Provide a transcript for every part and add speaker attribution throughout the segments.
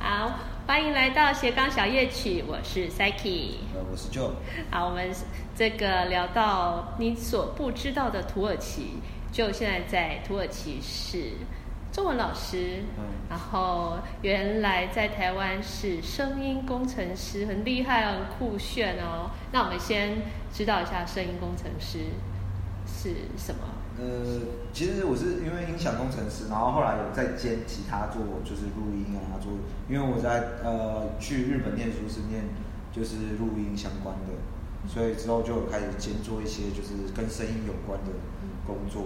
Speaker 1: 好，欢迎来到斜杠小夜曲，我是 Saki。
Speaker 2: 呃，我是 Joe。
Speaker 1: 好，我们这个聊到你所不知道的土耳其，就现在在土耳其是中文老师，
Speaker 2: 嗯
Speaker 1: 然后原来在台湾是声音工程师，很厉害哦，很酷炫哦。那我们先知道一下声音工程师是什么？
Speaker 2: 呃，其实我是因为音响工程师，然后后来有在兼其他做就是录音啊，做因为我在呃去日本念书是念就是录音相关的，
Speaker 1: 嗯
Speaker 2: 所以之后就开始兼做一些就是跟声音有关的
Speaker 1: 嗯
Speaker 2: 工作，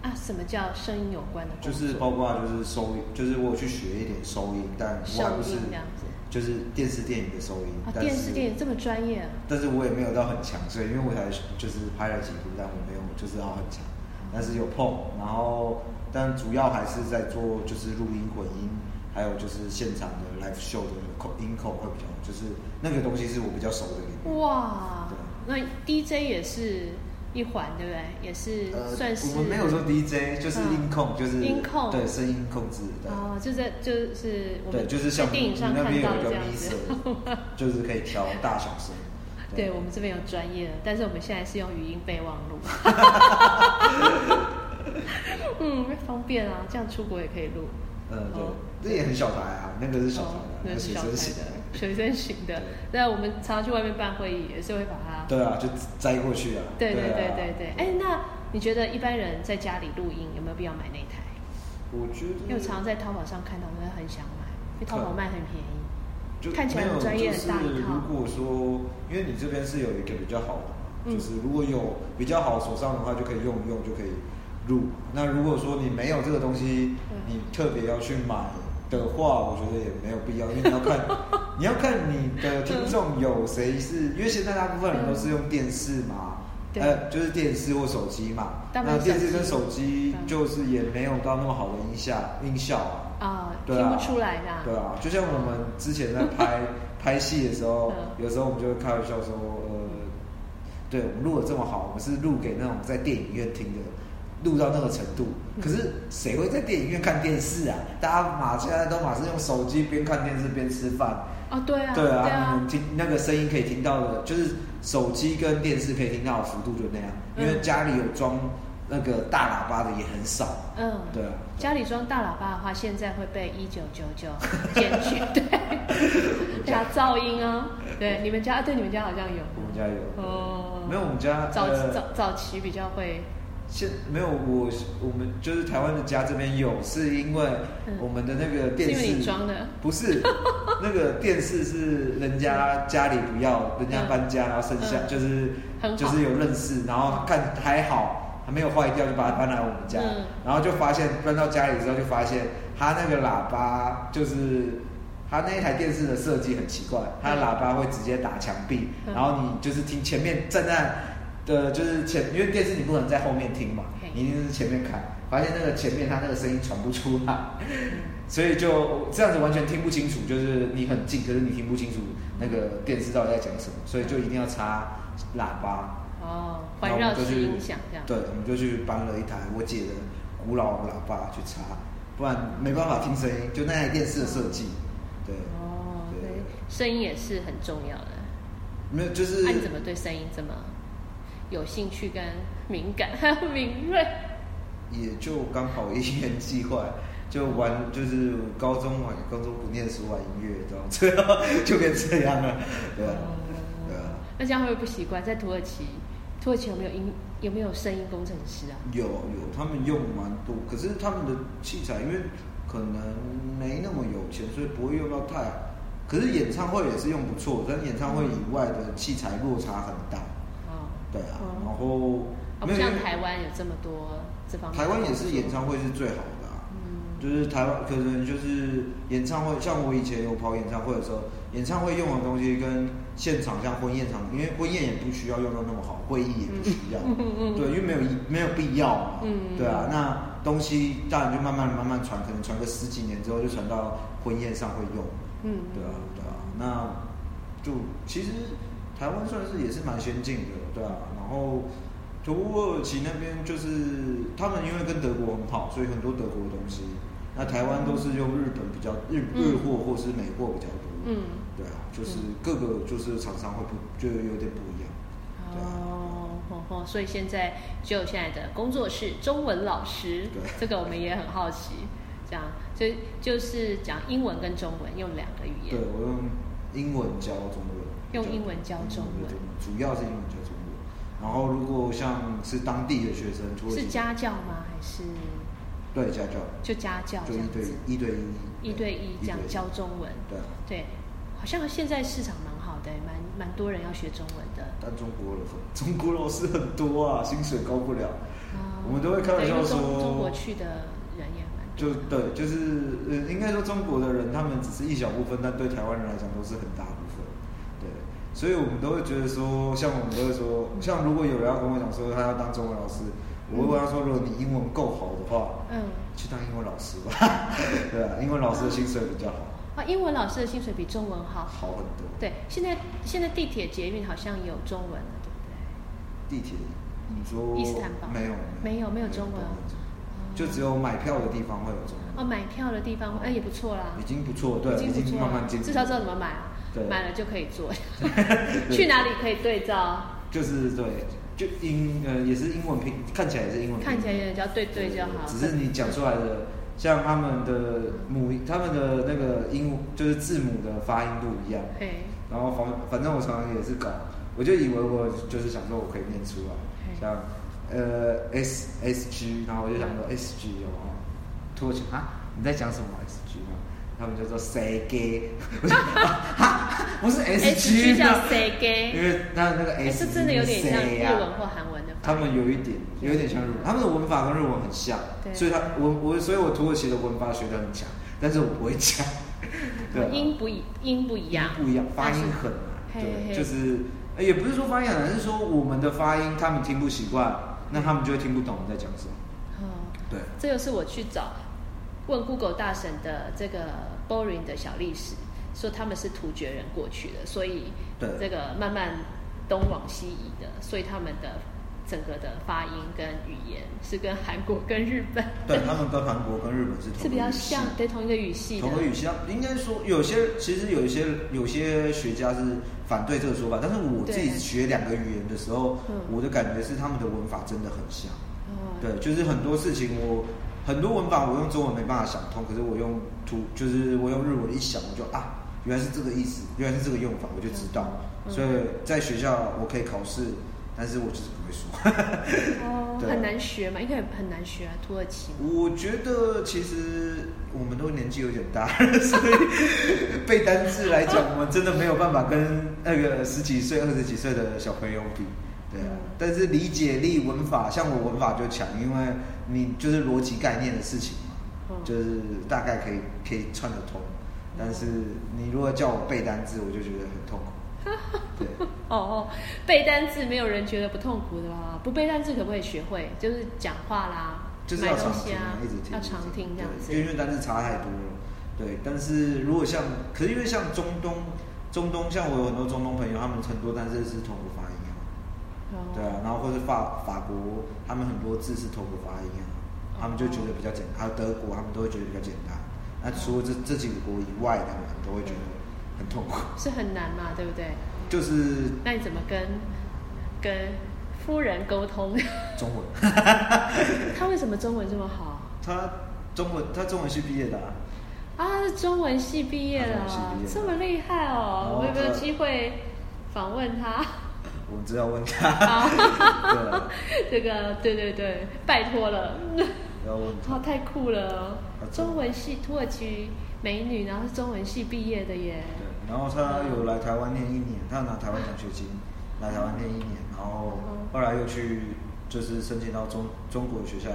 Speaker 1: 啊，什么叫声音有关的工
Speaker 2: 就
Speaker 1: 作？
Speaker 2: 是包括就是收音，就是我有去学一点收音，但我还
Speaker 1: 声
Speaker 2: 不是
Speaker 1: 音这样子。
Speaker 2: 就是电视电影的收音，
Speaker 1: 啊，
Speaker 2: 但
Speaker 1: 电
Speaker 2: 是
Speaker 1: 视电影这么专业啊！
Speaker 2: 但是我也没有到很强，所以因为我才就是拍了几部，但我没有就是到很强，但是有碰，然后但主要还是在做就是录音混音，还有就是现场的 live show 的口音口会比较，就是那个东西是我比较熟的领域。
Speaker 1: 哇，那 DJ 也是一环，对不对？也是算是、
Speaker 2: 呃我们没有说 DJ，就是
Speaker 1: 嗯
Speaker 2: 音控，就是
Speaker 1: 音控
Speaker 2: 对声音控制，对、
Speaker 1: 哦，就在就是我
Speaker 2: 对，
Speaker 1: 们
Speaker 2: 就是
Speaker 1: 在
Speaker 2: 像
Speaker 1: 电影上
Speaker 2: 你
Speaker 1: 看
Speaker 2: 那边
Speaker 1: 到的
Speaker 2: 有一个
Speaker 1: 这 样子。
Speaker 2: mixer，就是可以调大小声。
Speaker 1: 对我们这边有专业的，但是我们现在是用语音备忘 录。嗯，方便啊，这样出国也可以录。
Speaker 2: 嗯，对
Speaker 1: 哦，
Speaker 2: 这也很小台啊，那个是小台
Speaker 1: 哦
Speaker 2: 啊，那
Speaker 1: 那
Speaker 2: 个
Speaker 1: 是
Speaker 2: 水
Speaker 1: 小台
Speaker 2: 声型的。
Speaker 1: 的，随身型的。对，我们常常去外面办会议，也是会把它
Speaker 2: 对啊，就摘过去啊。
Speaker 1: 对对
Speaker 2: 啊
Speaker 1: 对对对，哎、那你觉得一般人在家里录音有没有必要买那台？
Speaker 2: 我觉得
Speaker 1: 因为我常常在淘宝上看到，我也很想买，因为淘宝卖很便宜。
Speaker 2: 就
Speaker 1: 看起来
Speaker 2: 没有
Speaker 1: 很专业
Speaker 2: 就是
Speaker 1: 很大一套
Speaker 2: 如果说，因为你这边是有一个比较好的嘛，
Speaker 1: 嗯
Speaker 2: 就是如果有比较好手上的话，就可以用一用，就可以入。那如果说你没有这个东西
Speaker 1: 嗯，
Speaker 2: 你特别要去买的话，我觉得也没有必要，因为你 要看，你要看你的听众有谁是，因为现在大部分人都是用电视嘛。
Speaker 1: 对
Speaker 2: 呃，就是电视或手机嘛，
Speaker 1: 大部分
Speaker 2: 那电视跟
Speaker 1: 手
Speaker 2: 手
Speaker 1: 机
Speaker 2: 机
Speaker 1: 嗯
Speaker 2: 就是也没有到那么好的音效音效啊。
Speaker 1: 啊、
Speaker 2: 对
Speaker 1: 听
Speaker 2: 啊
Speaker 1: 不出来的啊、
Speaker 2: 对啊，就像我们之前在 拍拍戏的时候，
Speaker 1: 嗯
Speaker 2: 有时候我们就会开玩笑说，呃，对我们录的这么好，我们是录给那种在电影院听的，录到那个程度。
Speaker 1: 嗯
Speaker 2: 可是谁会在电影院看电视啊？大家马现在都马是用手机边看电视边吃饭。
Speaker 1: 哦，对啊，
Speaker 2: 对
Speaker 1: 啊，
Speaker 2: 啊，你们听那个声音可以听到的，就是手机跟电视可以听到的幅度就那样，因为
Speaker 1: 嗯
Speaker 2: 家里有装那个大喇叭的也很少。
Speaker 1: 嗯，
Speaker 2: 对啊，
Speaker 1: 家里装大喇叭的话，现在会被一九九九检举， 对，加噪音哦。对，你们家对你们家好像有
Speaker 2: 我们家有。
Speaker 1: 哦，
Speaker 2: 没有，我们家
Speaker 1: 早
Speaker 2: 嗯呃
Speaker 1: 早早期比较会，
Speaker 2: 现没有我，我们就是台湾的家这边有，是因为
Speaker 1: 嗯
Speaker 2: 我们的那个
Speaker 1: 是
Speaker 2: 电
Speaker 1: 因为你
Speaker 2: 视、
Speaker 1: 装的，
Speaker 2: 不是那个电视是人家家里不要，人家搬家然后剩下、
Speaker 1: 嗯
Speaker 2: 就是
Speaker 1: 很好
Speaker 2: 就是有认识，然后看还好还没有坏掉，就把它搬来我们家，
Speaker 1: 嗯
Speaker 2: 然后就发现搬到家里之后就发现它那个喇叭就是。它那一台电视的设计很奇怪，它的喇叭会直接打墙壁，
Speaker 1: 嗯
Speaker 2: 然后你就是听前面站在的，就是前，因为电视你不可能在后面听嘛
Speaker 1: 嘿，
Speaker 2: 你一定是前面看，发现那个前面它那个声音传不出来，所以就这样子完全听不清楚，就是你很近，可是你听不清楚那个电视到底在讲什么，所以就一定要插喇叭。
Speaker 1: 哦，环绕
Speaker 2: 然后我们就
Speaker 1: 式
Speaker 2: 去
Speaker 1: 音响这样。
Speaker 2: 对，我们就去搬了一台我姐的古老喇叭去插，不然没办法听声音，就那台电视的设计。对，
Speaker 1: 哦，
Speaker 2: 对
Speaker 1: 对，声音也是很重要的。
Speaker 2: 没有就是
Speaker 1: 啊那、你怎么对声音这么有兴趣、跟敏感 还有敏锐？
Speaker 2: 也就刚好因缘际会，就玩就是高中玩，高中不念书玩音乐，然后最后就变这样了，对啊，
Speaker 1: 哦
Speaker 2: 对啊，
Speaker 1: 那这样会不会不习惯？在土耳其，土耳其有没有音有没有声音工程师啊？
Speaker 2: 有有他们用蛮多，可是他们的器材因为可能没那么有钱，所以不会用到太，可是演唱会也是用不错，但演唱会以外的器材落差很大，
Speaker 1: 哦，
Speaker 2: 对啊，
Speaker 1: 嗯
Speaker 2: 然后
Speaker 1: 哦不
Speaker 2: 没有因
Speaker 1: 像
Speaker 2: 为
Speaker 1: 台湾有这么多这方面。
Speaker 2: 台湾也是演，唱会是最好的、啊。
Speaker 1: 嗯，
Speaker 2: 就是台湾可能就是演唱会，像我以前有跑演唱会的时候，演唱会用的东西跟现场像婚宴场，因为婚宴也不需要用到那么好，会议也不需要，
Speaker 1: 嗯嗯嗯
Speaker 2: 对，因为没有意没有必要嘛，
Speaker 1: 嗯
Speaker 2: 对啊，那东西当然就慢慢慢慢传，可能传个十几年之后就传到婚宴上会用，
Speaker 1: 嗯，
Speaker 2: 对啊，对啊，那就其实台湾算是也是蛮先进的，对啊。然后土耳其那边就是他们因为跟德国很好，所以很多德国的东西。那台湾都是用日本比较日
Speaker 1: 嗯
Speaker 2: 日货或是美货比较多。
Speaker 1: 嗯
Speaker 2: 对啊，就是
Speaker 1: 嗯
Speaker 2: 各个就是厂商会不就有点不一样。对啊
Speaker 1: 哦，吼吼所以现在就现在的工作室中文老师
Speaker 2: 对，
Speaker 1: 这个我们也很好奇，这样就就是讲英文跟中文用两个语言
Speaker 2: 对，我用英文教中文，
Speaker 1: 用
Speaker 2: 对
Speaker 1: 英文教中文
Speaker 2: 对主要是英文教中文。然后如果像是当地的学生，土耳其
Speaker 1: 是家教吗？还是
Speaker 2: 对家教，
Speaker 1: 就家教这
Speaker 2: 就一
Speaker 1: 样
Speaker 2: 对
Speaker 1: 子？
Speaker 2: 一对一，
Speaker 1: 一对一这样
Speaker 2: 对
Speaker 1: 教中文，
Speaker 2: 对啊，
Speaker 1: 对，好像现在市场蛮好的，蛮蛮多人要学中文的。
Speaker 2: 但中国老 中国老师很多啊，薪水高不了。
Speaker 1: 哦
Speaker 2: 我们都会开玩
Speaker 1: 对因为
Speaker 2: 笑
Speaker 1: 中
Speaker 2: 说
Speaker 1: 中国去的人也蛮
Speaker 2: 就
Speaker 1: 多的。
Speaker 2: 对，就是呃，应该说中国的人，他们只是一小部分，但对台湾人来讲都是很大部分。对，所以我们都会觉得说，像我们都会说，像如果有人要跟我讲说他要当中文老师，我会跟他说，如果你英文够好的话，
Speaker 1: 嗯，
Speaker 2: 去当英文老师吧。 对啊，英文老师的薪水比较好，
Speaker 1: 啊，英文老师的薪水比中文好。
Speaker 2: 好很多。
Speaker 1: 对，现在现在地铁捷运好像有中文了，对不
Speaker 2: 地铁，
Speaker 1: 嗯
Speaker 2: 你说
Speaker 1: 伊斯坦堡
Speaker 2: 没有
Speaker 1: 没有没有中文哦
Speaker 2: 就只有买票的地方会有中
Speaker 1: 嗯对？哦，
Speaker 2: 文，
Speaker 1: 买票的地方，哎，也不错啦
Speaker 2: 已，经不错，对，已
Speaker 1: 不
Speaker 2: 经
Speaker 1: 错
Speaker 2: 慢
Speaker 1: 啦
Speaker 2: 慢进步，
Speaker 1: 至少知道怎么买啊
Speaker 2: 对，
Speaker 1: 买了就可以 做。去哪里可以对照？
Speaker 2: 就是对，就英呃也是英文拼，看起来也是英文拼，
Speaker 1: 看起来有点叫对对就好。
Speaker 2: 只是你讲出来的，像他们的母音，他们的那个英文就是字母的发音不一样。
Speaker 1: 嘿，
Speaker 2: 然后反反正我常常也是搞，我就以为我就是想说我可以念出来，
Speaker 1: 嗯
Speaker 2: 像呃 S S G，然后我就想说
Speaker 1: 嗯
Speaker 2: S G 哦，土耳其啊，你在讲什么 S G 吗？他们就说 C G，我就 啊哈，不是 S
Speaker 1: SG 哎叫
Speaker 2: 吗？
Speaker 1: 谁
Speaker 2: 因
Speaker 1: 给？
Speaker 2: 为那那个
Speaker 1: 哎，
Speaker 2: S
Speaker 1: 是真的有点像
Speaker 2: 谁
Speaker 1: 日
Speaker 2: 呀
Speaker 1: 文或韩文的发音。
Speaker 2: 他们有一点，有一点像日文，他们的文法跟日文很像，
Speaker 1: 对
Speaker 2: 所以他我我所以我土耳其的文法学得很强，但是我不会讲，
Speaker 1: 嗯
Speaker 2: 对啊，
Speaker 1: 音不一音不一样，
Speaker 2: 不一样，发音
Speaker 1: 但是
Speaker 2: 很难，
Speaker 1: 嘿
Speaker 2: 对，
Speaker 1: 嘿
Speaker 2: 就是呃也不是说发音很难，是说我们的发音他们听不习惯，那他们就会听不懂我们在讲什么，
Speaker 1: 哦，
Speaker 2: 对，
Speaker 1: 这就是我去找问 Google 大神的这个 Boring 的小历史，说他们是突厥人过去的，所以
Speaker 2: 对
Speaker 1: 这个慢慢东往西移的，所以他们的整个的发音跟语言是跟韩国跟日本
Speaker 2: 对他们跟韩国跟日本是同
Speaker 1: 是比较
Speaker 2: 一个语系
Speaker 1: 像，对同一个语系的
Speaker 2: 同。个语系啊，应该说有些其实有一些有些学家是反对这个说法，但是我自己
Speaker 1: 对
Speaker 2: 学两个语言的时候
Speaker 1: 嗯，
Speaker 2: 我的感觉是他们的文法真的很像。
Speaker 1: 哦，
Speaker 2: 对，就是很多事情我很多文法我用中文没办法想通，可是我用图就是我用日文一想，我就啊，原来是这个意思，原来是这个用法，我就知道。
Speaker 1: 嗯
Speaker 2: 所以在学校我可以考试，但是我就是不会说。
Speaker 1: 哦，
Speaker 2: 对啊嗯
Speaker 1: 很难学嘛，应该很难学啊，土耳其嘛。
Speaker 2: 我觉得其实我们都年纪有点大， 所以背单字来讲，我们真的没有办法跟那个十几岁、二十几岁的小朋友比。对啊
Speaker 1: 嗯，
Speaker 2: 但是理解力、文法，像我文法就强，因为你就是逻辑概念的事情嘛，
Speaker 1: 嗯
Speaker 2: 就是大概可以可以串得通。但是你如果叫我背单字，我就觉得很痛 苦。对，
Speaker 1: 哦，背单字没有人觉得不痛苦的吧？不背单字可不可以学会？就是讲话啦，
Speaker 2: 就是
Speaker 1: 买
Speaker 2: 要
Speaker 1: 东
Speaker 2: 常
Speaker 1: 西
Speaker 2: 听
Speaker 1: 啊
Speaker 2: 啊，，一直听，
Speaker 1: 要常听这样子。
Speaker 2: 对因为单字差太多了。对，但是如果像，可是因为像中东，中东像我有很多中东朋友，他们很多单字是同国发音啊，
Speaker 1: 哦
Speaker 2: 对啊，然后或是法法国，他们很多字是同国发音啊，他们就觉得比较简单，还有德国，他们都会觉得比较简单。那除了这这几个国以外的，他们都会觉得很痛苦，
Speaker 1: 是很难嘛，对不对？
Speaker 2: 就是
Speaker 1: 那你怎么跟跟夫人沟通？
Speaker 2: 中文。
Speaker 1: 他为什么中文这么好？
Speaker 2: 他中文，他中文系毕业的、啊，
Speaker 1: 啊，他是中文系毕业的
Speaker 2: 他
Speaker 1: 啊
Speaker 2: 中文系毕业，的
Speaker 1: 这么厉害
Speaker 2: 哦
Speaker 1: 哦！我有没有
Speaker 2: 对
Speaker 1: 机会访问他？
Speaker 2: 我们只要问他。
Speaker 1: 哦
Speaker 2: 对啊，
Speaker 1: 这个，对对对，拜托了，
Speaker 2: 要问他。
Speaker 1: 哇，哦太酷了
Speaker 2: 啊！真的
Speaker 1: 中文系土耳其美女，然后是中文系毕业的耶。
Speaker 2: 对，然后他有来台湾念一年，他拿台湾奖学金来台湾念一年，然后
Speaker 1: 嗯
Speaker 2: 后来又去就是申请到中中国学校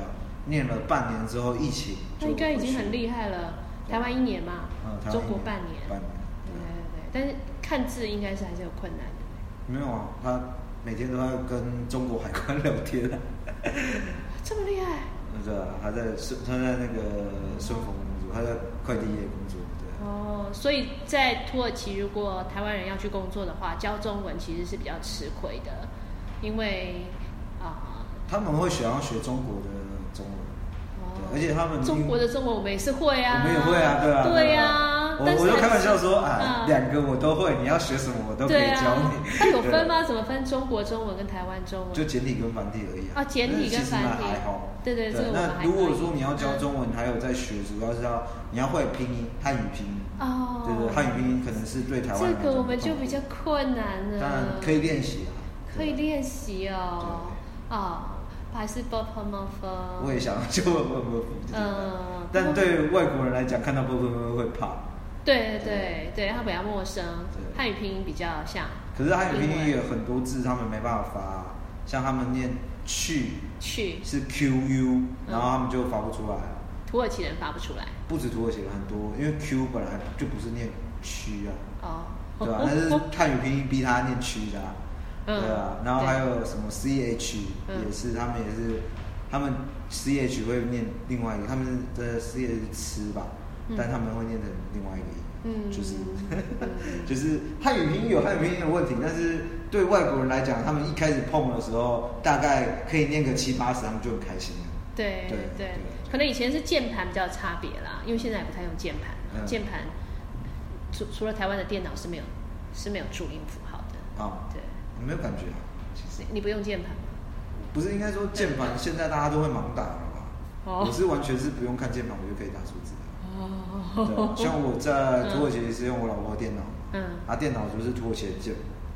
Speaker 2: 念了半年之后，疫情
Speaker 1: 那
Speaker 2: 就
Speaker 1: 应该已经很
Speaker 2: 害，
Speaker 1: 厉害了。
Speaker 2: 对
Speaker 1: 台湾一年嘛
Speaker 2: 嗯，台湾一年
Speaker 1: 中国半年，
Speaker 2: 半年
Speaker 1: 对对对。但是看字应该是还是有困难的。
Speaker 2: 没有啊，他每天都在跟中国海关聊天、啊，
Speaker 1: 这么厉害，
Speaker 2: 对啊，他在顺他在那个顺丰工作，他在快递业工作，对啊，
Speaker 1: 哦，所以在土耳其，如果台湾人要去工作的话，教中文其实是比较吃亏的，因为啊、啊
Speaker 2: 他们会想要学中国的中
Speaker 1: 哦
Speaker 2: 文，对啊，而且他们
Speaker 1: 中国的中文我们也是会啊，
Speaker 2: 我们也会啊，对啊，
Speaker 1: 对
Speaker 2: 啊
Speaker 1: 啊。
Speaker 2: 我
Speaker 1: 但是
Speaker 2: 我就
Speaker 1: 还
Speaker 2: 开玩
Speaker 1: 是
Speaker 2: 笑说
Speaker 1: 啊
Speaker 2: 啊，两个我都会，你要学什么我都可以
Speaker 1: 对
Speaker 2: 教
Speaker 1: 啊
Speaker 2: 你。，
Speaker 1: 那有分吗？
Speaker 2: 对？
Speaker 1: 怎么分中国中文跟台湾中文？
Speaker 2: 就简体跟繁体而已啊。
Speaker 1: 啊简体跟繁体
Speaker 2: 那其实那还好。
Speaker 1: 对对这个我们
Speaker 2: 那
Speaker 1: 还
Speaker 2: 如果
Speaker 1: 可以嗯
Speaker 2: 说你要教中文，还有在学，主要是要你要会拼音，汉语拼音。
Speaker 1: 哦，
Speaker 2: 对对，汉语拼音可能是对台湾
Speaker 1: 这
Speaker 2: 人来
Speaker 1: 个
Speaker 2: 讲
Speaker 1: 我们就
Speaker 2: 痛苦
Speaker 1: 比较困难了。
Speaker 2: 当然可以练习啊，
Speaker 1: 可以
Speaker 2: 对。
Speaker 1: 练习哦，哦，还是 b u r p l e m o f
Speaker 2: 我也想就问问问，
Speaker 1: 嗯
Speaker 2: 但对外国人来讲，看到不不不会怕。
Speaker 1: 对对对，它比较陌生，
Speaker 2: 对
Speaker 1: 汉语拼音比较像
Speaker 2: 可是汉语拼音也
Speaker 1: 英
Speaker 2: 有很多字他们没办法发，像他们念去
Speaker 1: 去
Speaker 2: 是 Q U，然后他们就发不出来。
Speaker 1: 土耳其人发不出来
Speaker 2: 不止土耳其人很多，因为 Q 本来就不是念区啊，
Speaker 1: 哦，
Speaker 2: 对吧、但是汉语拼音逼他念区的、啊，
Speaker 1: 嗯
Speaker 2: 对啊。然后
Speaker 1: 对
Speaker 2: 还有什么 C H
Speaker 1: 嗯
Speaker 2: 也是，他们也是，他们 C H 会念另外一个，他们的 C H 吃吧，
Speaker 1: 嗯
Speaker 2: 但他们会念成另外一个音，
Speaker 1: 嗯
Speaker 2: 就是。
Speaker 1: 嗯
Speaker 2: 就是汉语拼音有汉语拼音的问题，但是对外国人来讲，他们一开始碰的时候，大概可以念个七八十，他们就很开心了。
Speaker 1: 对
Speaker 2: 对
Speaker 1: 对
Speaker 2: 对，
Speaker 1: 可能以前是键盘比较有差别啦，因为现在也不太用键盘嘛，
Speaker 2: 嗯
Speaker 1: 键盘除除了台湾的电脑是没有是没有注音符号的，
Speaker 2: 啊、
Speaker 1: 对，
Speaker 2: 没有感觉啊，其实
Speaker 1: 你你不用键盘吗？
Speaker 2: 不是应该说键盘现在大家都会盲打了吧？
Speaker 1: 哦
Speaker 2: 我是完全是不用看键盘，我就可以打数字的。对啊
Speaker 1: 哦，
Speaker 2: 像我在土耳其是用我老婆 的电脑嘛，
Speaker 1: 嗯
Speaker 2: 啊，电脑就是土耳其的键，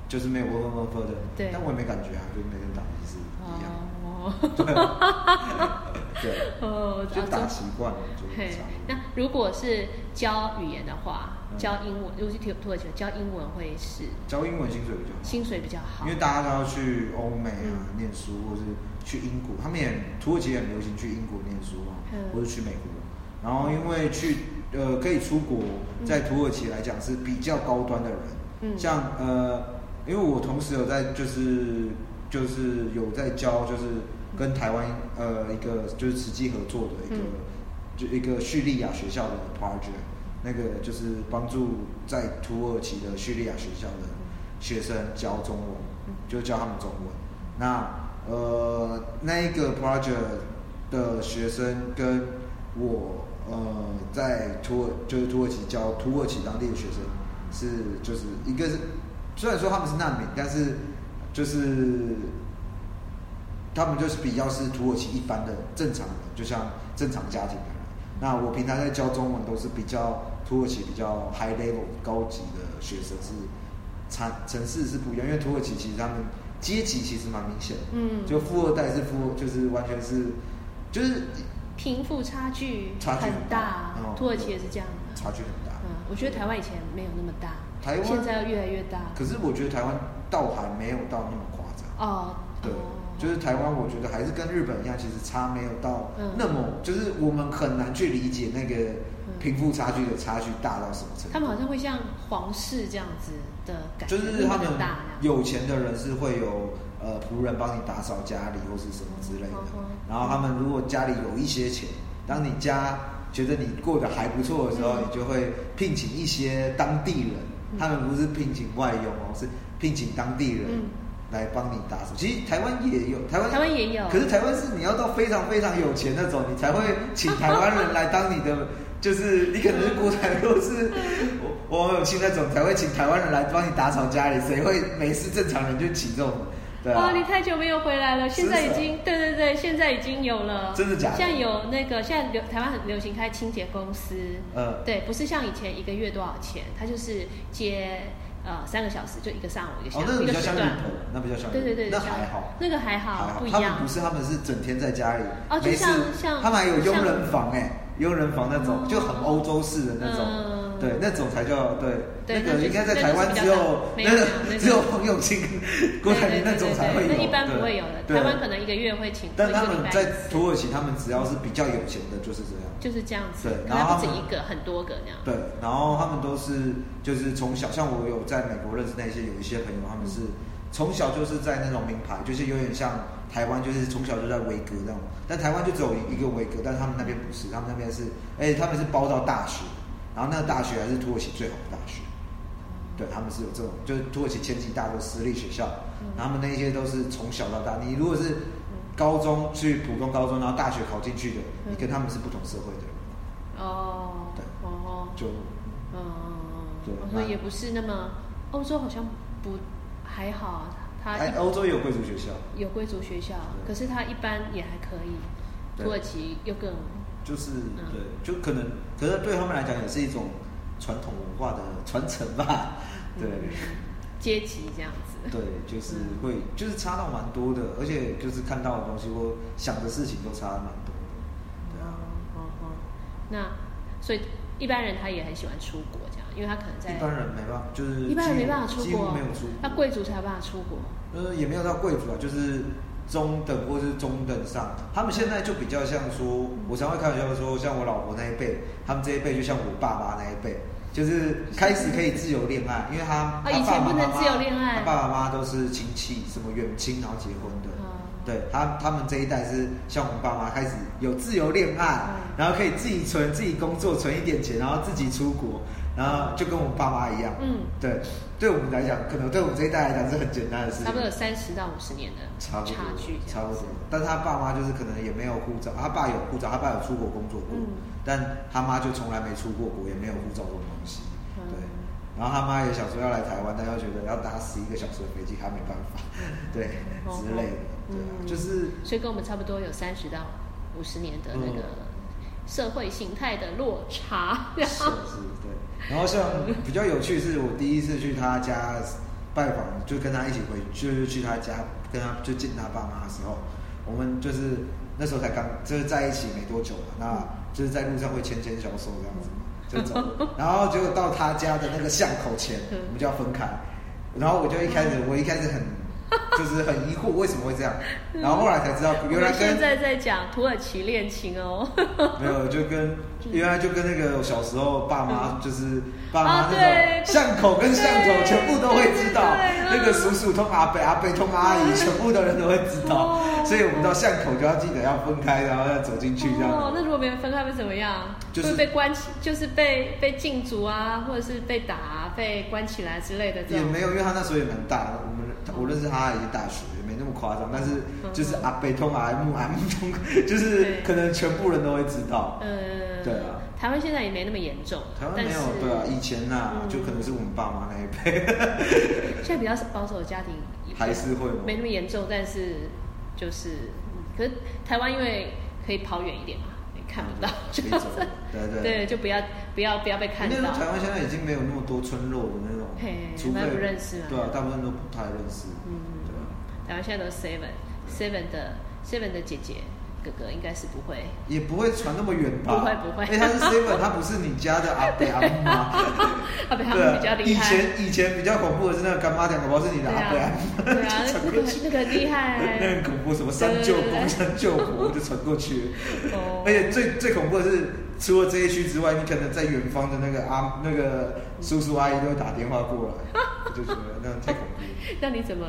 Speaker 2: 就是没有 w 分 w 的，
Speaker 1: 对
Speaker 2: 但我也没感觉啊，就每天打字是一样的，
Speaker 1: 哦。
Speaker 2: 对，
Speaker 1: 哦，
Speaker 2: 就
Speaker 1: 啊
Speaker 2: 打
Speaker 1: 中
Speaker 2: 习惯了，就
Speaker 1: 嘿
Speaker 2: 差不多
Speaker 1: 那如果是教语言的话，
Speaker 2: 嗯
Speaker 1: 教英文，如果去土土耳其教英文会是
Speaker 2: 教英文薪水比较好。
Speaker 1: 薪水比较好，
Speaker 2: 因为大家都要去欧美啊
Speaker 1: 嗯
Speaker 2: 念书，或是去英国，他们也土耳其也很流行去英国念书嘛，
Speaker 1: 嗯
Speaker 2: 或者去美国。然后因为去呃可以出国，在土耳其来讲是比较高端的人，
Speaker 1: 嗯
Speaker 2: 像呃，因为我同时有在就是就是有在教就是跟台湾呃一个就是实际合作的一个、
Speaker 1: 嗯
Speaker 2: 就一个叙利亚学校的 project，那个就是帮助在土耳其的叙利亚学校的学生教中
Speaker 1: 嗯
Speaker 2: 文，就教他们中文。那呃，那一个 project 的学生跟我呃在土耳就是土耳其教土耳其当地的学生是就是一个是虽然说他们是难民，但是就是他们就是比较是土耳其一般的正常人，就像正常家庭的人。那我平常在教中文都是比较土耳其比较 high level 高级的学生是，城城市是不一样，因为土耳其其实他们阶级其实蛮明显的，
Speaker 1: 嗯
Speaker 2: 就富二代是富，就是完全是，就是
Speaker 1: 贫富差距
Speaker 2: 差距
Speaker 1: 很大
Speaker 2: 很大，哦
Speaker 1: 土耳其也是这样的。
Speaker 2: 差距很大。
Speaker 1: 嗯，我觉得台湾以前没有那么大，
Speaker 2: 台湾
Speaker 1: 现在越来越大。
Speaker 2: 可是我觉得台湾倒还没有到那么夸张，
Speaker 1: 哦，
Speaker 2: 对
Speaker 1: 哦，
Speaker 2: 就是台湾，我觉得还是跟日本一样，其实差没有到
Speaker 1: 嗯
Speaker 2: 那么，就是我们很难去理解那个贫富差距的差距大到什么程度。
Speaker 1: 嗯他们好像会像皇室这样子的感觉，
Speaker 2: 就是他
Speaker 1: 那
Speaker 2: 们
Speaker 1: 么大这样
Speaker 2: 有钱的人是会有呃仆人帮你打扫家里或是什么之类的
Speaker 1: 嗯嗯嗯。
Speaker 2: 然后他们如果家里有一些钱，当你家觉得你过得还不错的时候，
Speaker 1: 嗯
Speaker 2: 你就会聘请一些当地人，
Speaker 1: 嗯
Speaker 2: 他们不是聘请外佣哦，是聘请当地人
Speaker 1: 嗯
Speaker 2: 来帮你打扫。其实台湾也有，台湾
Speaker 1: 台湾也有
Speaker 2: 可是台湾是你要到非常非常有钱那种，你才会请台湾人来当你的，就是你可能是国台或是我我有亲那种才会请台湾人来帮你打扫家里，谁会没事呃正常人就请这种？对啊
Speaker 1: 哦，，你太久没有回来了，
Speaker 2: 是
Speaker 1: 现
Speaker 2: 不是
Speaker 1: 在已经对对对，现在已经有了，
Speaker 2: 真的假的
Speaker 1: 现在有那个现在流台湾很流行开清洁公司，
Speaker 2: 呃，
Speaker 1: 对，不是像以前一个月多少钱，它就是接呃三个小时，就一个上午一个下
Speaker 2: 哦
Speaker 1: 午、，
Speaker 2: 那个
Speaker 1: 一
Speaker 2: 比
Speaker 1: 个
Speaker 2: 较
Speaker 1: 时
Speaker 2: 像日
Speaker 1: 段
Speaker 2: 本，，那比较像日
Speaker 1: 对
Speaker 2: 本
Speaker 1: 对对，
Speaker 2: 那
Speaker 1: 像
Speaker 2: 还好，
Speaker 1: 那个还
Speaker 2: 还
Speaker 1: 好，
Speaker 2: 好
Speaker 1: 不，一
Speaker 2: 他们
Speaker 1: 样
Speaker 2: 不，是他们是整天在家里，
Speaker 1: 哦就
Speaker 2: 没事
Speaker 1: 像像
Speaker 2: 他们还有佣人
Speaker 1: 像
Speaker 2: 房哎、佣人房那种、
Speaker 1: 哦
Speaker 2: 就很欧洲式的那种，
Speaker 1: 嗯
Speaker 2: 对，那种才叫对，
Speaker 1: 对
Speaker 2: 那
Speaker 1: 那
Speaker 2: 个
Speaker 1: 就是
Speaker 2: 应该在
Speaker 1: 那
Speaker 2: 台湾
Speaker 1: 就是比较没有没有
Speaker 2: 只有
Speaker 1: 那个
Speaker 2: 只有黄永庆跟郭台铭那种才会有，
Speaker 1: 对对对对对那一般不
Speaker 2: 对
Speaker 1: 会有的，
Speaker 2: 对
Speaker 1: 台湾可能一个月会请，
Speaker 2: 但他
Speaker 1: 会一个礼拜
Speaker 2: 们在
Speaker 1: 一次
Speaker 2: 土耳其，他们只要是比较有钱的，就是这样。
Speaker 1: 就是这样子，
Speaker 2: 对
Speaker 1: 可
Speaker 2: 然
Speaker 1: 能
Speaker 2: 后
Speaker 1: 不止
Speaker 2: 他们
Speaker 1: 一个，很多个这样，
Speaker 2: 对，然后他们都是就是从小，像我有在美国认识那些有一些朋友，他们是从小就是在那种名牌，就是有点像台湾，就是从小就在维格那种，但台湾就只有一个维格，但是他们那边不是，他们那边是，哎，他们是包到大学，然后那个大学还是土耳其最好的大学，对，他们是有这种，就是土耳其前几大的私立学校，
Speaker 1: 嗯
Speaker 2: 然后他们那些都是从小到大，你如果是高中去普通高中，然后大学考进去的，
Speaker 1: 嗯
Speaker 2: 你跟他们是不同社会的人，
Speaker 1: 哦，
Speaker 2: 对
Speaker 1: 哦，
Speaker 2: 就
Speaker 1: 嗯，
Speaker 2: 对
Speaker 1: 我说
Speaker 2: 那
Speaker 1: 也不是那么，欧洲好像不还好啊，它
Speaker 2: 哎，
Speaker 1: 一
Speaker 2: 欧洲也有贵族学校，
Speaker 1: 有贵族学校，
Speaker 2: 对
Speaker 1: 可是它一般也还可以，
Speaker 2: 对
Speaker 1: 土耳其又更
Speaker 2: 就是
Speaker 1: 嗯
Speaker 2: 对，就可能，可是对他们来讲也是一种传统文化的 传承吧，对。
Speaker 1: 嗯 阶级这样子，
Speaker 2: 对，就是会，就是差到蛮多的，而且就是看到的东西或想的事情都差蛮多的。对
Speaker 1: 哦
Speaker 2: 啊，
Speaker 1: 哦哦，那所以一般人他也很喜欢出国这样，因为他可能在
Speaker 2: 一般人没办法，就是
Speaker 1: 一般人
Speaker 2: 几
Speaker 1: 没
Speaker 2: 乎
Speaker 1: 办法出
Speaker 2: 几乎
Speaker 1: 国
Speaker 2: 没有出国，，
Speaker 1: 那贵族才有办法出国。
Speaker 2: 呃也没有到贵族啊，就是中等或是中等上，他们现在就比较像说，我常会开玩笑说，像我老婆那一辈，他们这一辈就像我爸爸那一辈。就是开始可以自由恋爱，因为他
Speaker 1: 啊
Speaker 2: 他
Speaker 1: 以前
Speaker 2: 爸爸
Speaker 1: 不能
Speaker 2: 妈妈
Speaker 1: 自由恋爱
Speaker 2: 他爸爸妈妈都是亲戚，什么远亲然后结婚的。
Speaker 1: 哦
Speaker 2: 对他，他们这一代是像我们爸妈开始有自由恋爱，
Speaker 1: 嗯
Speaker 2: 然后可以自己存、自己工作存一点钱，然后自己出国，然后就跟我们爸妈一样。
Speaker 1: 嗯
Speaker 2: 对，对我们来讲，可能对我们这一代来讲是很简单的事情，
Speaker 1: 差不多有三十到五十年的
Speaker 2: 差不多
Speaker 1: 差距，
Speaker 2: 差不多。但他爸妈就是可能也没有护照，他爸有护照，他爸有出国工作过，
Speaker 1: 嗯
Speaker 2: 但他妈就从来没出过国，也没有护照这种东西。
Speaker 1: 嗯
Speaker 2: 对，然后他妈也想说要来台湾，但又觉得要搭十一个小时的飞机，他没办法， 对
Speaker 1: 哦
Speaker 2: 之类的，对啊，
Speaker 1: 嗯
Speaker 2: 就是
Speaker 1: 所以跟我们差不多有三十到五十年的那个
Speaker 2: 嗯
Speaker 1: 社会形态的落差。
Speaker 2: 是是，对。然后像比较有趣是，我第一次去他家拜访，就跟他一起回，就是去他家跟他就见他爸妈的时候，我们就是那时候才刚就是在一起没多久嘛，那就是在路上会牵牵小手这样子嘛，就走。然后结果到他家的那个巷口前，
Speaker 1: 嗯
Speaker 2: 我们就要分开。然后我就一开始，我一开始很。就是很疑惑为什么会这样，然后后来才知道
Speaker 1: 我
Speaker 2: 原来
Speaker 1: 们
Speaker 2: 跟
Speaker 1: 现在在讲土耳其恋情哦，
Speaker 2: 没有，就跟原来就跟那个我小时候爸妈就是爸
Speaker 1: 嗯
Speaker 2: 妈
Speaker 1: 啊
Speaker 2: 那
Speaker 1: 对
Speaker 2: 种巷口跟巷口
Speaker 1: 对
Speaker 2: 全部都会知道，
Speaker 1: 对对对
Speaker 2: 那个叔叔通阿伯，阿伯通阿姨，全部的人都会知道
Speaker 1: 哦，
Speaker 2: 所以我们到巷口就要记得要分开，然后要走进去这
Speaker 1: 哦
Speaker 2: 样，
Speaker 1: 那
Speaker 2: 子。
Speaker 1: 如果没人分开会怎么样？
Speaker 2: 就是
Speaker 1: 会被关起，就是被被禁足啊，或者是被打、啊、被关起来之类的这
Speaker 2: 也
Speaker 1: 种。
Speaker 2: 没有，因为他那时候也蛮大，我们我认识他已经大学，也没那么夸张，但是就是
Speaker 1: 嗯
Speaker 2: 阿伯通阿木阿木通， 就是
Speaker 1: 对
Speaker 2: 可能全部人都会知道。
Speaker 1: 呃，
Speaker 2: 对啊
Speaker 1: 台湾现在也没那么严重，
Speaker 2: 台湾
Speaker 1: 但
Speaker 2: 没
Speaker 1: 是
Speaker 2: 有，对啊，以前呐
Speaker 1: 嗯，
Speaker 2: 就可能是我们爸妈那一辈。
Speaker 1: 现在比较保守的家庭也
Speaker 2: 还是会吗
Speaker 1: 没那么严重，但是就是，嗯可是台湾因为可以跑远一点嘛，你看不到，
Speaker 2: 可以走，嗯对对
Speaker 1: 对，就不要不要不要被看
Speaker 2: 那
Speaker 1: 到
Speaker 2: 种。台湾现在已经没有那么多村落的那种
Speaker 1: 嘿，
Speaker 2: 除非
Speaker 1: 那不认识啊
Speaker 2: 对啊，大部分都不太认识。
Speaker 1: 嗯
Speaker 2: 对啊，
Speaker 1: 台湾现在都 seven seven 的 seven 的姐姐哥哥应该是不会，
Speaker 2: 也不会传那么远吧？
Speaker 1: 不会不会
Speaker 2: 因为他是 seven，他不是你家的阿伯阿姆吗？
Speaker 1: 啊，比他
Speaker 2: 对
Speaker 1: 们
Speaker 2: 啊
Speaker 1: 比较厉
Speaker 2: 以
Speaker 1: 害。
Speaker 2: 前以前比较恐怖的是那个干妈讲，搞不好是你的
Speaker 1: 对
Speaker 2: 阿
Speaker 1: 啊
Speaker 2: 伯阿姆，，
Speaker 1: 对 啊，那个那个很厉害
Speaker 2: 那很
Speaker 1: 欸，
Speaker 2: 恐怖，什么三舅
Speaker 1: 对对
Speaker 2: 公、
Speaker 1: 对
Speaker 2: 三舅婆就传过去。
Speaker 1: 哦
Speaker 2: 而且最最恐怖的是，除了这一区之外，你可能在远方的那个阿那个叔叔阿姨都会打电话过来， 我就觉得那太恐怖了。
Speaker 1: 那你怎么？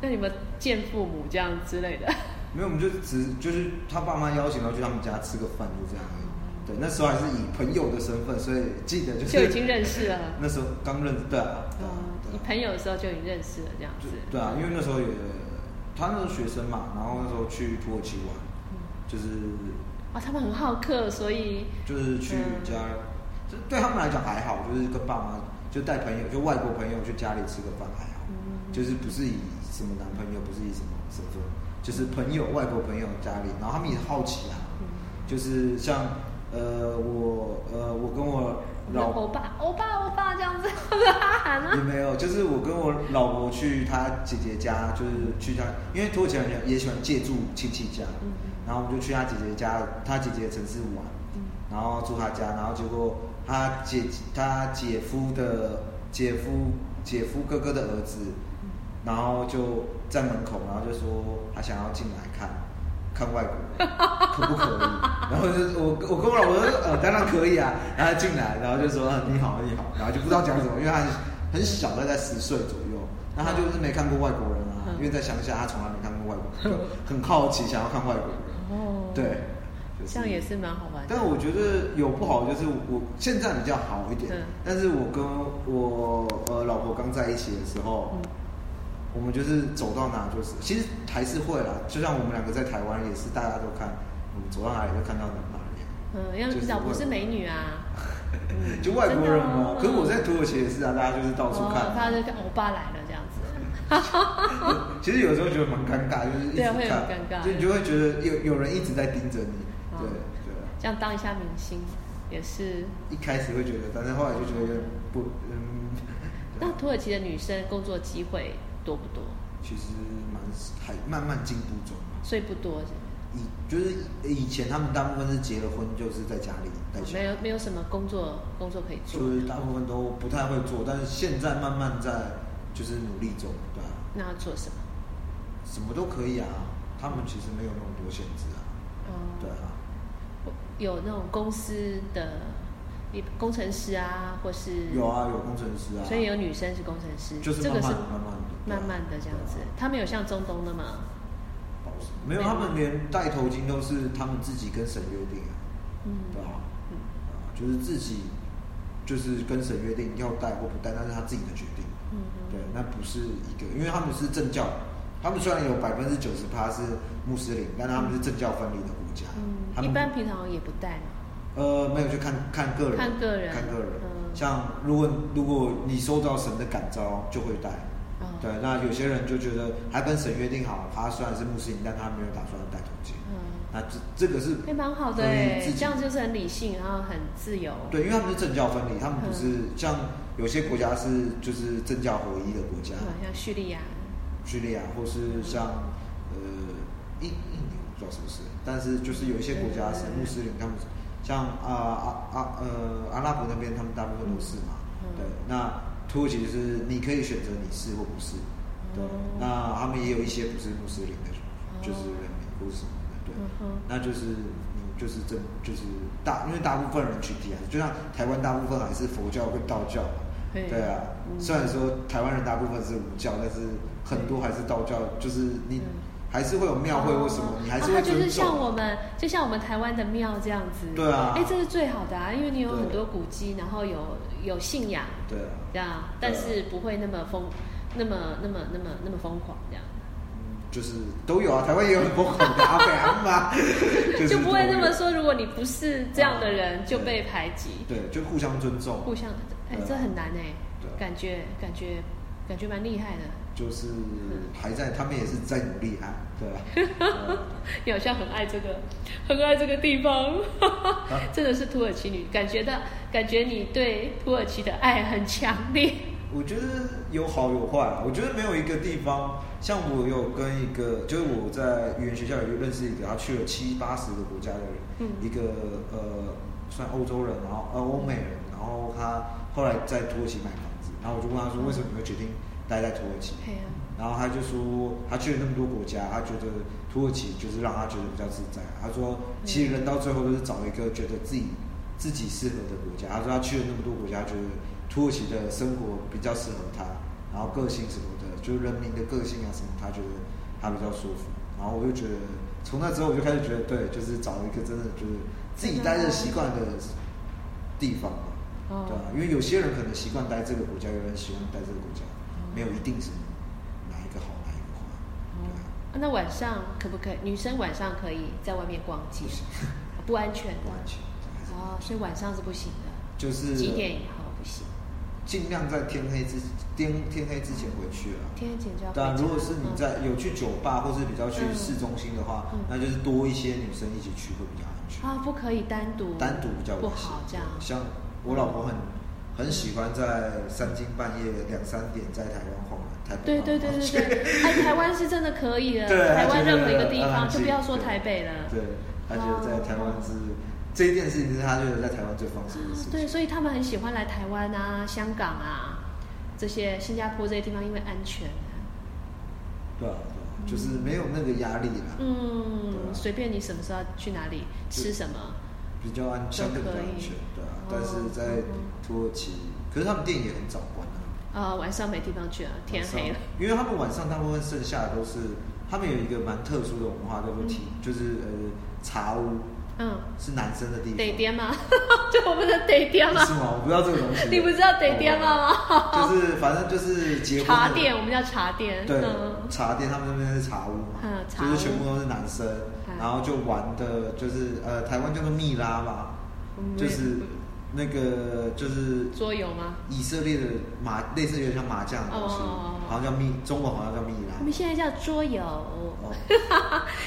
Speaker 1: 那你们见父母这样之类的？
Speaker 2: 没有，我们就只就是他爸妈邀请，然后去他们家吃个饭，就这样而已。对，那时候还是以朋友的身份，所以记得就是
Speaker 1: 就已经认识了。
Speaker 2: 那时候刚认识，对啊，对啊
Speaker 1: 嗯，
Speaker 2: 对
Speaker 1: 你
Speaker 2: 啊
Speaker 1: 朋友的时候就已经认识了这样
Speaker 2: 就
Speaker 1: 子。
Speaker 2: 对啊，因为那时候也他那时候学生嘛，然后那时候去土耳其玩，就是
Speaker 1: 啊，他们很好客，所以
Speaker 2: 就是去
Speaker 1: 嗯
Speaker 2: 家，这对他们来讲还好，就是跟爸妈就带朋友，就外国朋友去家里吃个饭还好，
Speaker 1: 嗯
Speaker 2: 就是不是以什么男朋友，不是以什么身份，就是朋友外国朋友家里，然后他们也好奇啊，
Speaker 1: 嗯
Speaker 2: 就是像呃我呃我跟我
Speaker 1: 就
Speaker 2: 老
Speaker 1: 欧巴、欧巴、欧巴这样 子喊
Speaker 2: 也
Speaker 1: 啊。
Speaker 2: 没有，就是我跟我老婆去她姐姐家，就是去她，因为土耳其人也喜欢借住亲戚家，
Speaker 1: 嗯
Speaker 2: 然后我们就去她姐姐家，她姐姐的城市玩，
Speaker 1: 嗯
Speaker 2: 然后住她家，然后结果她姐她姐夫的姐夫姐夫哥哥的儿子，
Speaker 1: 嗯
Speaker 2: 然后就在门口，然后就说他想要进来看看外国人，可 不可以？然后就是我我跟我老婆说，呃，当然可以啊。然后他进来，然后就说、呃你好你好，然后就不知道讲什么，因为他很很小，大概十岁左右，那他就是没看过外国人啊，
Speaker 1: 嗯
Speaker 2: 因为在乡下他从来没看过外国 人，就很好奇想要看外国人，
Speaker 1: 哦，
Speaker 2: 对，就是
Speaker 1: 这样也是蛮好玩的。
Speaker 2: 但我觉得有不好，就是我现在比较好一点，
Speaker 1: 嗯
Speaker 2: 但是我跟我呃老婆刚在一起的时候，
Speaker 1: 嗯
Speaker 2: 我们就是走到哪就是，其实还是会啦。就像我们两个在台湾也是，大家都看我们走到哪里就看到哪里啊。
Speaker 1: 嗯，因为
Speaker 2: 就是
Speaker 1: 老
Speaker 2: 外
Speaker 1: 婆是美女啊，嗯
Speaker 2: 就外国人嘛，可
Speaker 1: 真
Speaker 2: 是
Speaker 1: 的啊
Speaker 2: 我在土耳其也是啊，大家就是到 处
Speaker 1: 哦，他
Speaker 2: 看。
Speaker 1: 就看欧巴来了这样子，
Speaker 2: 其实有时候觉得蛮尴尬，就是一直
Speaker 1: 对啊会
Speaker 2: 看，
Speaker 1: 很尴尬
Speaker 2: 就你就会觉得有有人一直在盯着你，
Speaker 1: 哦
Speaker 2: 对对啊。
Speaker 1: 这样当一下明星也是。
Speaker 2: 一开始会觉得，但是后来就觉得有点不，嗯，对
Speaker 1: 那土耳其的女生工作机会多不多？
Speaker 2: 其实蛮还慢慢进步中嘛。
Speaker 1: 所以不多是
Speaker 2: 以就是以前他们大部分是结了婚就是在家里带
Speaker 1: 不是，
Speaker 2: 小
Speaker 1: 没
Speaker 2: 孩，
Speaker 1: 有没有什么工作工作可以做。
Speaker 2: 就是大部分都不太会做，但是现在慢慢在就是努力中，对啊，
Speaker 1: 那要做什么？
Speaker 2: 什么都可以啊，他们其实没有那么多限制啊，
Speaker 1: 嗯，
Speaker 2: 对啊，
Speaker 1: 有那种公司的一工程师啊，或是
Speaker 2: 有，啊有工程师啊，
Speaker 1: 所以有女生是工程师，
Speaker 2: 就是
Speaker 1: 这
Speaker 2: 慢
Speaker 1: 个
Speaker 2: 慢
Speaker 1: 是
Speaker 2: 的慢慢的对啊
Speaker 1: 慢慢的这样子
Speaker 2: 对啊。
Speaker 1: 他们有像中东的吗？
Speaker 2: 保守没有他们连戴头巾都是他们自己跟神约定啊，
Speaker 1: 嗯，
Speaker 2: 对啊。
Speaker 1: 嗯
Speaker 2: 啊，就是自己就是跟神约定要带或不带，那是他自己的决定。
Speaker 1: 嗯
Speaker 2: 对，那不是一个，因为他们是政教，他们虽然有百分之九十趴是穆斯林，但他们是政教分离的国家。他
Speaker 1: 嗯，
Speaker 2: 们
Speaker 1: 一般平常也不带嘛。
Speaker 2: 呃没有就看看个人，
Speaker 1: 看个人
Speaker 2: 看个人。
Speaker 1: 嗯
Speaker 2: 像如果如果你受到神的感召，就会带。
Speaker 1: 哦
Speaker 2: 对，那有些人就觉得他跟神约定好，他虽然是穆斯林，但他没有打算要戴头巾。
Speaker 1: 嗯，
Speaker 2: 那这这个是
Speaker 1: 也蛮好的
Speaker 2: 可以
Speaker 1: 哎，
Speaker 2: 自己
Speaker 1: 这样就是很理性，然后很自由。
Speaker 2: 对，啊因为他们是政教分离，他们
Speaker 1: 嗯
Speaker 2: 不是、像有些国家是就是政教合一的国家
Speaker 1: 嗯，，像叙利亚，
Speaker 2: 叙利亚啊或是像呃印印尼，我不知道是不是，但是就是有一些国家是
Speaker 1: 对对对
Speaker 2: 穆斯林，他们像啊啊啊呃阿拉伯那边，他们大部分都是嘛，
Speaker 1: 嗯
Speaker 2: 对，那土耳其就是你可以选择你是或不是，对，
Speaker 1: 哦
Speaker 2: 那他们也有一些不是穆斯林的，就是
Speaker 1: 哦
Speaker 2: 人民或是什么的，对。
Speaker 1: 嗯哼，
Speaker 2: 那就是你就是真就是大，因为大部分人群体还是就像台湾大部分还是佛教跟道教嘛，
Speaker 1: 对
Speaker 2: 对啊。
Speaker 1: 嗯
Speaker 2: 虽然说台湾人大部分是无教，但是很多还是道教，就是你
Speaker 1: 嗯
Speaker 2: 还是会有庙会或什么
Speaker 1: 哦，
Speaker 2: 你还是
Speaker 1: 啊它
Speaker 2: 会
Speaker 1: 就是
Speaker 2: 尊
Speaker 1: 像
Speaker 2: 重。
Speaker 1: 我们，就像我们台湾的庙这样子。
Speaker 2: 对啊
Speaker 1: 哎，这是最好的啊，因为你有
Speaker 2: 对
Speaker 1: 很多古迹，然后有有信仰，
Speaker 2: 对啊，
Speaker 1: 这样，但是不会那么疯，那么那么那么那么疯狂这样。
Speaker 2: 嗯就是都有啊，台湾也有很多很的阿北 阿妈，是
Speaker 1: 就不会
Speaker 2: 都
Speaker 1: 那
Speaker 2: 有
Speaker 1: 么说，如果你不是这样的人，
Speaker 2: 嗯
Speaker 1: 就被排挤，
Speaker 2: 对，就互相尊重，
Speaker 1: 互相，哎、
Speaker 2: 对啊
Speaker 1: 这很难哎、
Speaker 2: 对啊
Speaker 1: 感觉感觉感觉蛮厉害的，
Speaker 2: 就是还在，他们也是在努力啊， 对啊对啊。
Speaker 1: 你好像很爱这个，很爱这个地方， 真的是土耳其女，感觉到感觉你对土耳其的爱很强烈，
Speaker 2: 我觉得有好有坏啊。我觉得没有一个地方，像我有跟一个，就是我在语言学校有认识一个，他去了七八十个国家的人，
Speaker 1: 嗯
Speaker 2: 一个呃算欧洲人，然后呃欧美人，然后他后来在土耳其买房子，然后我就问他说，为什么你会决定待在土耳其？
Speaker 1: 哎呀、
Speaker 2: 然后他就说，他去了那么多国家，他觉得土耳其就是让他觉得比较自在。他说，其实人到最后都是找一个觉得自己自己适合的国家。他说他去了那么多国家，觉得土耳其的生活比较适合他，然后个性什么的，就是人民的个性啊什么，他觉得他比较舒服。然后我就觉得，从那之后我就开始觉得，对，就是找一个真的就是自己待着习惯的地方嘛。
Speaker 1: 哦
Speaker 2: 对啊，因为有些人可能习惯待这个国家，有人习惯待这个国家，没有一定是哪一个好哪一个坏。
Speaker 1: 哦
Speaker 2: 对啊，
Speaker 1: 啊那晚上可不可以？女生晚上可以在外面逛 街，不安全
Speaker 2: 不安全，还是
Speaker 1: 哦，所以晚上是不行的，
Speaker 2: 就是
Speaker 1: 几点以后不行。
Speaker 2: 尽量在天黑之天天黑之前回去啊。
Speaker 1: 天天剪就要回
Speaker 2: 当
Speaker 1: 家。
Speaker 2: 然，如果是你在有去酒吧或是比较去
Speaker 1: 嗯
Speaker 2: 市中心的话
Speaker 1: 嗯，
Speaker 2: 那就是多一些女生一起去会比较安全
Speaker 1: 嗯。啊，不可以单独
Speaker 2: 单独比较危
Speaker 1: 不
Speaker 2: 险
Speaker 1: 好这样。
Speaker 2: 像我老婆很很喜欢在三更半夜两三点在台湾晃来，台北
Speaker 1: 对
Speaker 2: 晃
Speaker 1: 对对
Speaker 2: 来晃
Speaker 1: 对
Speaker 2: 去
Speaker 1: 对，哎，台湾是真的可以的，
Speaker 2: 对
Speaker 1: 台
Speaker 2: 他
Speaker 1: 湾
Speaker 2: 觉得
Speaker 1: 任何一个地
Speaker 2: 很
Speaker 1: 方，
Speaker 2: 安
Speaker 1: 就
Speaker 2: 静
Speaker 1: 不要说
Speaker 2: 啊对
Speaker 1: 台北了。
Speaker 2: 对，他觉得在台湾是、这一件事情是他觉得在台湾最放松的事
Speaker 1: 啊
Speaker 2: 情。
Speaker 1: 对，所以他们很喜欢来台湾啊、香港啊这些新加坡这些地方，因为安全。
Speaker 2: 对啊，对啊，就是没有那个压力啦，对
Speaker 1: 嗯，
Speaker 2: 啊
Speaker 1: 随便你什么时候去哪里
Speaker 2: 就
Speaker 1: 吃什么，
Speaker 2: 比较安，
Speaker 1: 都
Speaker 2: 相对比较
Speaker 1: 可
Speaker 2: 安
Speaker 1: 以
Speaker 2: 全，对啊
Speaker 1: 哦。
Speaker 2: 但是在土耳其，可是他们店也很早关啊，
Speaker 1: 呃，晚上没地方去了，天黑
Speaker 2: 晚
Speaker 1: 了
Speaker 2: 上。，因为他们晚上大部分剩下的都是，他们有一个蛮特殊的文化叫做提，就是呃茶屋，
Speaker 1: 嗯，
Speaker 2: 是男生的地方。
Speaker 1: 得颠吗？ 就我们的得颠吗
Speaker 2: 是？吗？我不知道这个东西。
Speaker 1: 你不知道得颠吗？
Speaker 2: 哦？就是反正就是结婚
Speaker 1: 茶
Speaker 2: 的
Speaker 1: 店，我们叫茶店。
Speaker 2: 对
Speaker 1: 嗯，
Speaker 2: 茶店他们那边是茶屋嘛，
Speaker 1: 嗯茶
Speaker 2: 就是
Speaker 1: 屋
Speaker 2: 全部都是男生，
Speaker 1: 嗯
Speaker 2: 然后就玩的就是呃台湾叫做蜜拉嘛，
Speaker 1: 我们
Speaker 2: 就是那个就是
Speaker 1: 嗯桌游吗？
Speaker 2: 以色列的麻类似有点像麻将的东西
Speaker 1: 哦，
Speaker 2: 好像叫蜜，中文好像叫蜜
Speaker 1: 我
Speaker 2: 拉
Speaker 1: 们。现在叫桌游，
Speaker 2: 哦，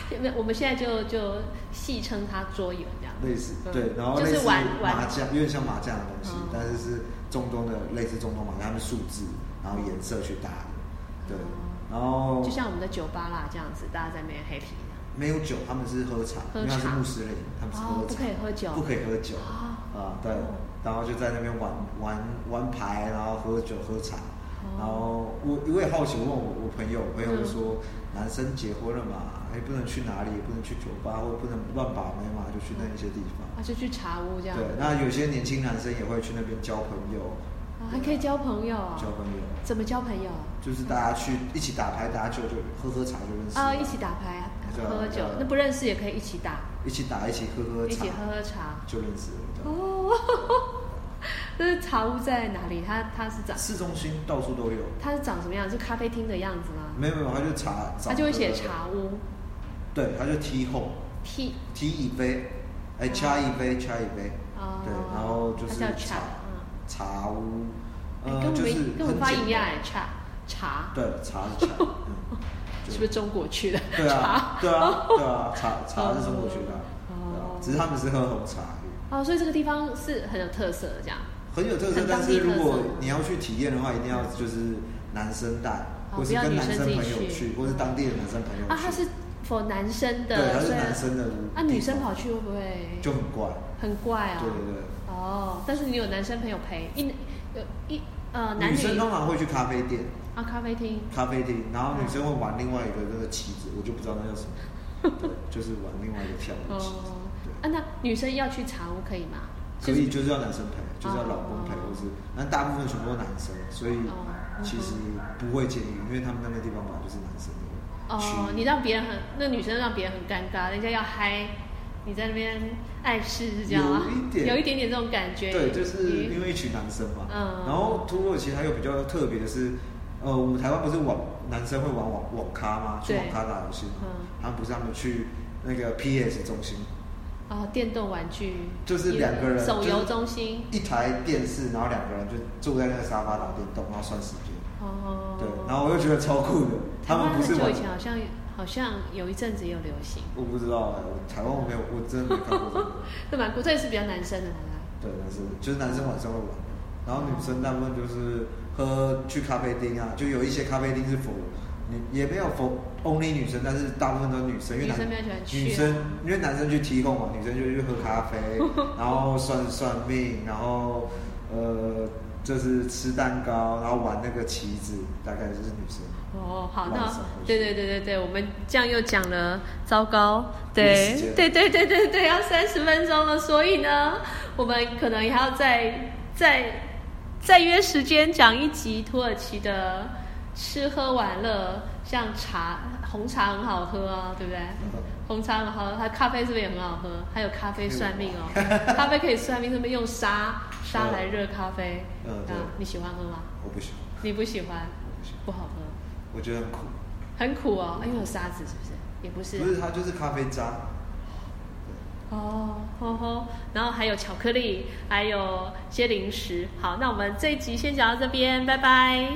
Speaker 1: 现在我们现在就就戏称它桌游这样。
Speaker 2: 类似
Speaker 1: 嗯
Speaker 2: 对，然后
Speaker 1: 就
Speaker 2: 类
Speaker 1: 是
Speaker 2: 似
Speaker 1: 玩玩
Speaker 2: 麻将，有点像麻将的东西
Speaker 1: 哦，
Speaker 2: 但是是中东的类似中东麻将，他们数字然后颜色去搭的，对
Speaker 1: 哦，
Speaker 2: 然后
Speaker 1: 就像我们的酒吧啦这样子，大家在那边 happy。
Speaker 2: 没有酒，他们是喝茶，
Speaker 1: 喝
Speaker 2: 因为他是
Speaker 1: 茶
Speaker 2: 穆斯林，他们是
Speaker 1: 哦
Speaker 2: 喝茶，
Speaker 1: 不可以喝酒
Speaker 2: 不可以喝酒
Speaker 1: 哦
Speaker 2: 啊，对，然后就在那边玩玩玩牌，然后喝酒喝茶，
Speaker 1: 哦
Speaker 2: 然后我我也好奇，我问我我朋友，我朋友就说、
Speaker 1: 嗯
Speaker 2: 男生结婚了嘛，哎不能去哪里，也不能去酒吧，或不能乱把妹嘛，就去那一些地方。
Speaker 1: 啊，就去茶屋这样。
Speaker 2: 对，那有些年轻男生也会去那边交朋友，
Speaker 1: 哦，还可以交朋友啊、
Speaker 2: 交朋友，
Speaker 1: 怎么交朋友？啊
Speaker 2: 就是大家去一起打牌打酒就喝喝茶就认识了
Speaker 1: 啊、一起打牌啊、
Speaker 2: 对啊
Speaker 1: 喝喝酒
Speaker 2: 对啊，
Speaker 1: 那不认识也可以一起打，
Speaker 2: 一起打一起喝喝
Speaker 1: 一
Speaker 2: 茶
Speaker 1: 起喝喝茶。
Speaker 2: 就认识了。对
Speaker 1: 哦，那是茶屋在哪里？它它是长
Speaker 2: 市中心到处都有，
Speaker 1: 它是长什么样？是咖啡厅的样子吗？
Speaker 2: 没有没有，他就查，
Speaker 1: 它就会写，茶屋
Speaker 2: 对，他就 T 后
Speaker 1: T
Speaker 2: T 一杯，哎，
Speaker 1: 哦
Speaker 2: 掐一杯，掐一杯，
Speaker 1: 哦，
Speaker 2: 对，然后就
Speaker 1: 它
Speaker 2: 是
Speaker 1: 叫
Speaker 2: 茶
Speaker 1: 茶，
Speaker 2: 茶屋，
Speaker 1: 嗯，哎
Speaker 2: 呃，
Speaker 1: 跟我
Speaker 2: 就
Speaker 1: 们、
Speaker 2: 是
Speaker 1: 跟我们
Speaker 2: 很
Speaker 1: 发
Speaker 2: 简
Speaker 1: 音一样
Speaker 2: 单
Speaker 1: 哎，茶茶
Speaker 2: 对，茶 是茶，嗯就是
Speaker 1: 不是中国去的？
Speaker 2: 对啊，对啊，对啊，茶茶是中国区的啊，对啊
Speaker 1: 哦
Speaker 2: 只是他们是喝红茶而已。
Speaker 1: 哦，所以这个地方是很有特色的这样。
Speaker 2: 很有特色
Speaker 1: 很，当
Speaker 2: 但
Speaker 1: 地
Speaker 2: 是如果
Speaker 1: 特色
Speaker 2: 你要去体验的话，一定要就是男生带，
Speaker 1: 哦
Speaker 2: 或是
Speaker 1: 不要
Speaker 2: 跟
Speaker 1: 女
Speaker 2: 男
Speaker 1: 生
Speaker 2: 生
Speaker 1: 自己
Speaker 2: 朋友
Speaker 1: 去
Speaker 2: 去，或是当地的男生朋友去。
Speaker 1: 啊，它是否男生的？
Speaker 2: 对，它是
Speaker 1: 所以
Speaker 2: 男生的地方。
Speaker 1: 啊，女生跑去会不会
Speaker 2: 就很怪，
Speaker 1: 很怪啊？
Speaker 2: 对对对。
Speaker 1: 哦，但是你有男生朋友陪，一有一呃男
Speaker 2: 女生通常会去咖啡店、
Speaker 1: 啊咖啡厅
Speaker 2: 咖啡厅，然后女生会玩另外一个那个棋子，我就不知道那叫什 么，对，就是玩另外一个跳的棋子
Speaker 1: 哦。啊，
Speaker 2: 对，
Speaker 1: 那女生要去茶屋可以吗？
Speaker 2: 可
Speaker 1: 就是
Speaker 2: 以就是要男生陪，就是要老公陪，
Speaker 1: 哦
Speaker 2: 或是那大部分全部都男生，所以
Speaker 1: 哦嗯
Speaker 2: 其实不会建议，因为他们那个地方本来就是男生的区域。
Speaker 1: 哦，你让别人很那女生让别人很尴尬，人家要嗨，你在那边碍事是这样吗？
Speaker 2: 有一点
Speaker 1: 有一点点这种感觉。
Speaker 2: 对，就是
Speaker 1: 你
Speaker 2: 因为一群男生嘛。
Speaker 1: 嗯
Speaker 2: 然后土耳其还有比较特别的是，呃，我们台湾不是网男生会玩网网咖吗？去
Speaker 1: 对
Speaker 2: 网咖打游戏嘛
Speaker 1: 嗯。
Speaker 2: 他们不是他们去那个 PS 中心，
Speaker 1: 哦，电动玩具
Speaker 2: 就是两个人
Speaker 1: 手
Speaker 2: 就
Speaker 1: 游
Speaker 2: 是
Speaker 1: 中心
Speaker 2: 一台电视，然后两个人就坐在那个沙发打电动，然后算时间。
Speaker 1: 哦。
Speaker 2: 对，然后我又觉得超酷的。
Speaker 1: 台
Speaker 2: 他们
Speaker 1: 湾
Speaker 2: 不
Speaker 1: 很
Speaker 2: 是
Speaker 1: 久
Speaker 2: 玩
Speaker 1: 以，前好啊像好像有一阵子也有流行，
Speaker 2: 我不知道哎、我台湾我没有，我真的没看过这个。
Speaker 1: 对蛮酷，这也是比较男生的啦。
Speaker 2: 对，男生就是男生晚上会玩，然后女生大部分就是喝去咖啡厅啊，就有一些咖啡厅是否你也没有否 only 女生，但是大部分都是女生，因为男
Speaker 1: 女生比较喜欢去啊
Speaker 2: 女生因为男生去提供嘛，女生就去喝咖 啡，然后算算命，然后呃就是吃蛋糕，然后玩那个棋子，大概就是女生。
Speaker 1: 哦，好，
Speaker 2: 晚
Speaker 1: 那
Speaker 2: 上回去
Speaker 1: 对对对对对，我们这样又讲了，糟糕，
Speaker 2: 没
Speaker 1: 对
Speaker 2: 时间
Speaker 1: 对对对对对，要三十分钟了，所以呢，我们可能也要再再再约时间讲一集土耳其的吃喝玩乐，像茶红茶很好喝啊，对不对？红茶很好喝，还有咖啡是不是也很好喝？还有咖啡算命 哦，咖啡可以算命，他们用沙沙来热咖啡，
Speaker 2: 嗯
Speaker 1: 啊
Speaker 2: 对
Speaker 1: 你喜欢喝吗？
Speaker 2: 我不喜欢，
Speaker 1: 你不喜欢，
Speaker 2: 我不喜欢，
Speaker 1: 不好喝，
Speaker 2: 我觉得很苦。
Speaker 1: 很苦哦，因为有沙子是不是？也不是，
Speaker 2: 不是，它就是咖啡渣。
Speaker 1: 哦，吼吼，然后还有巧克力，还有一些零食。好，那我们这一集先讲到这边，拜拜。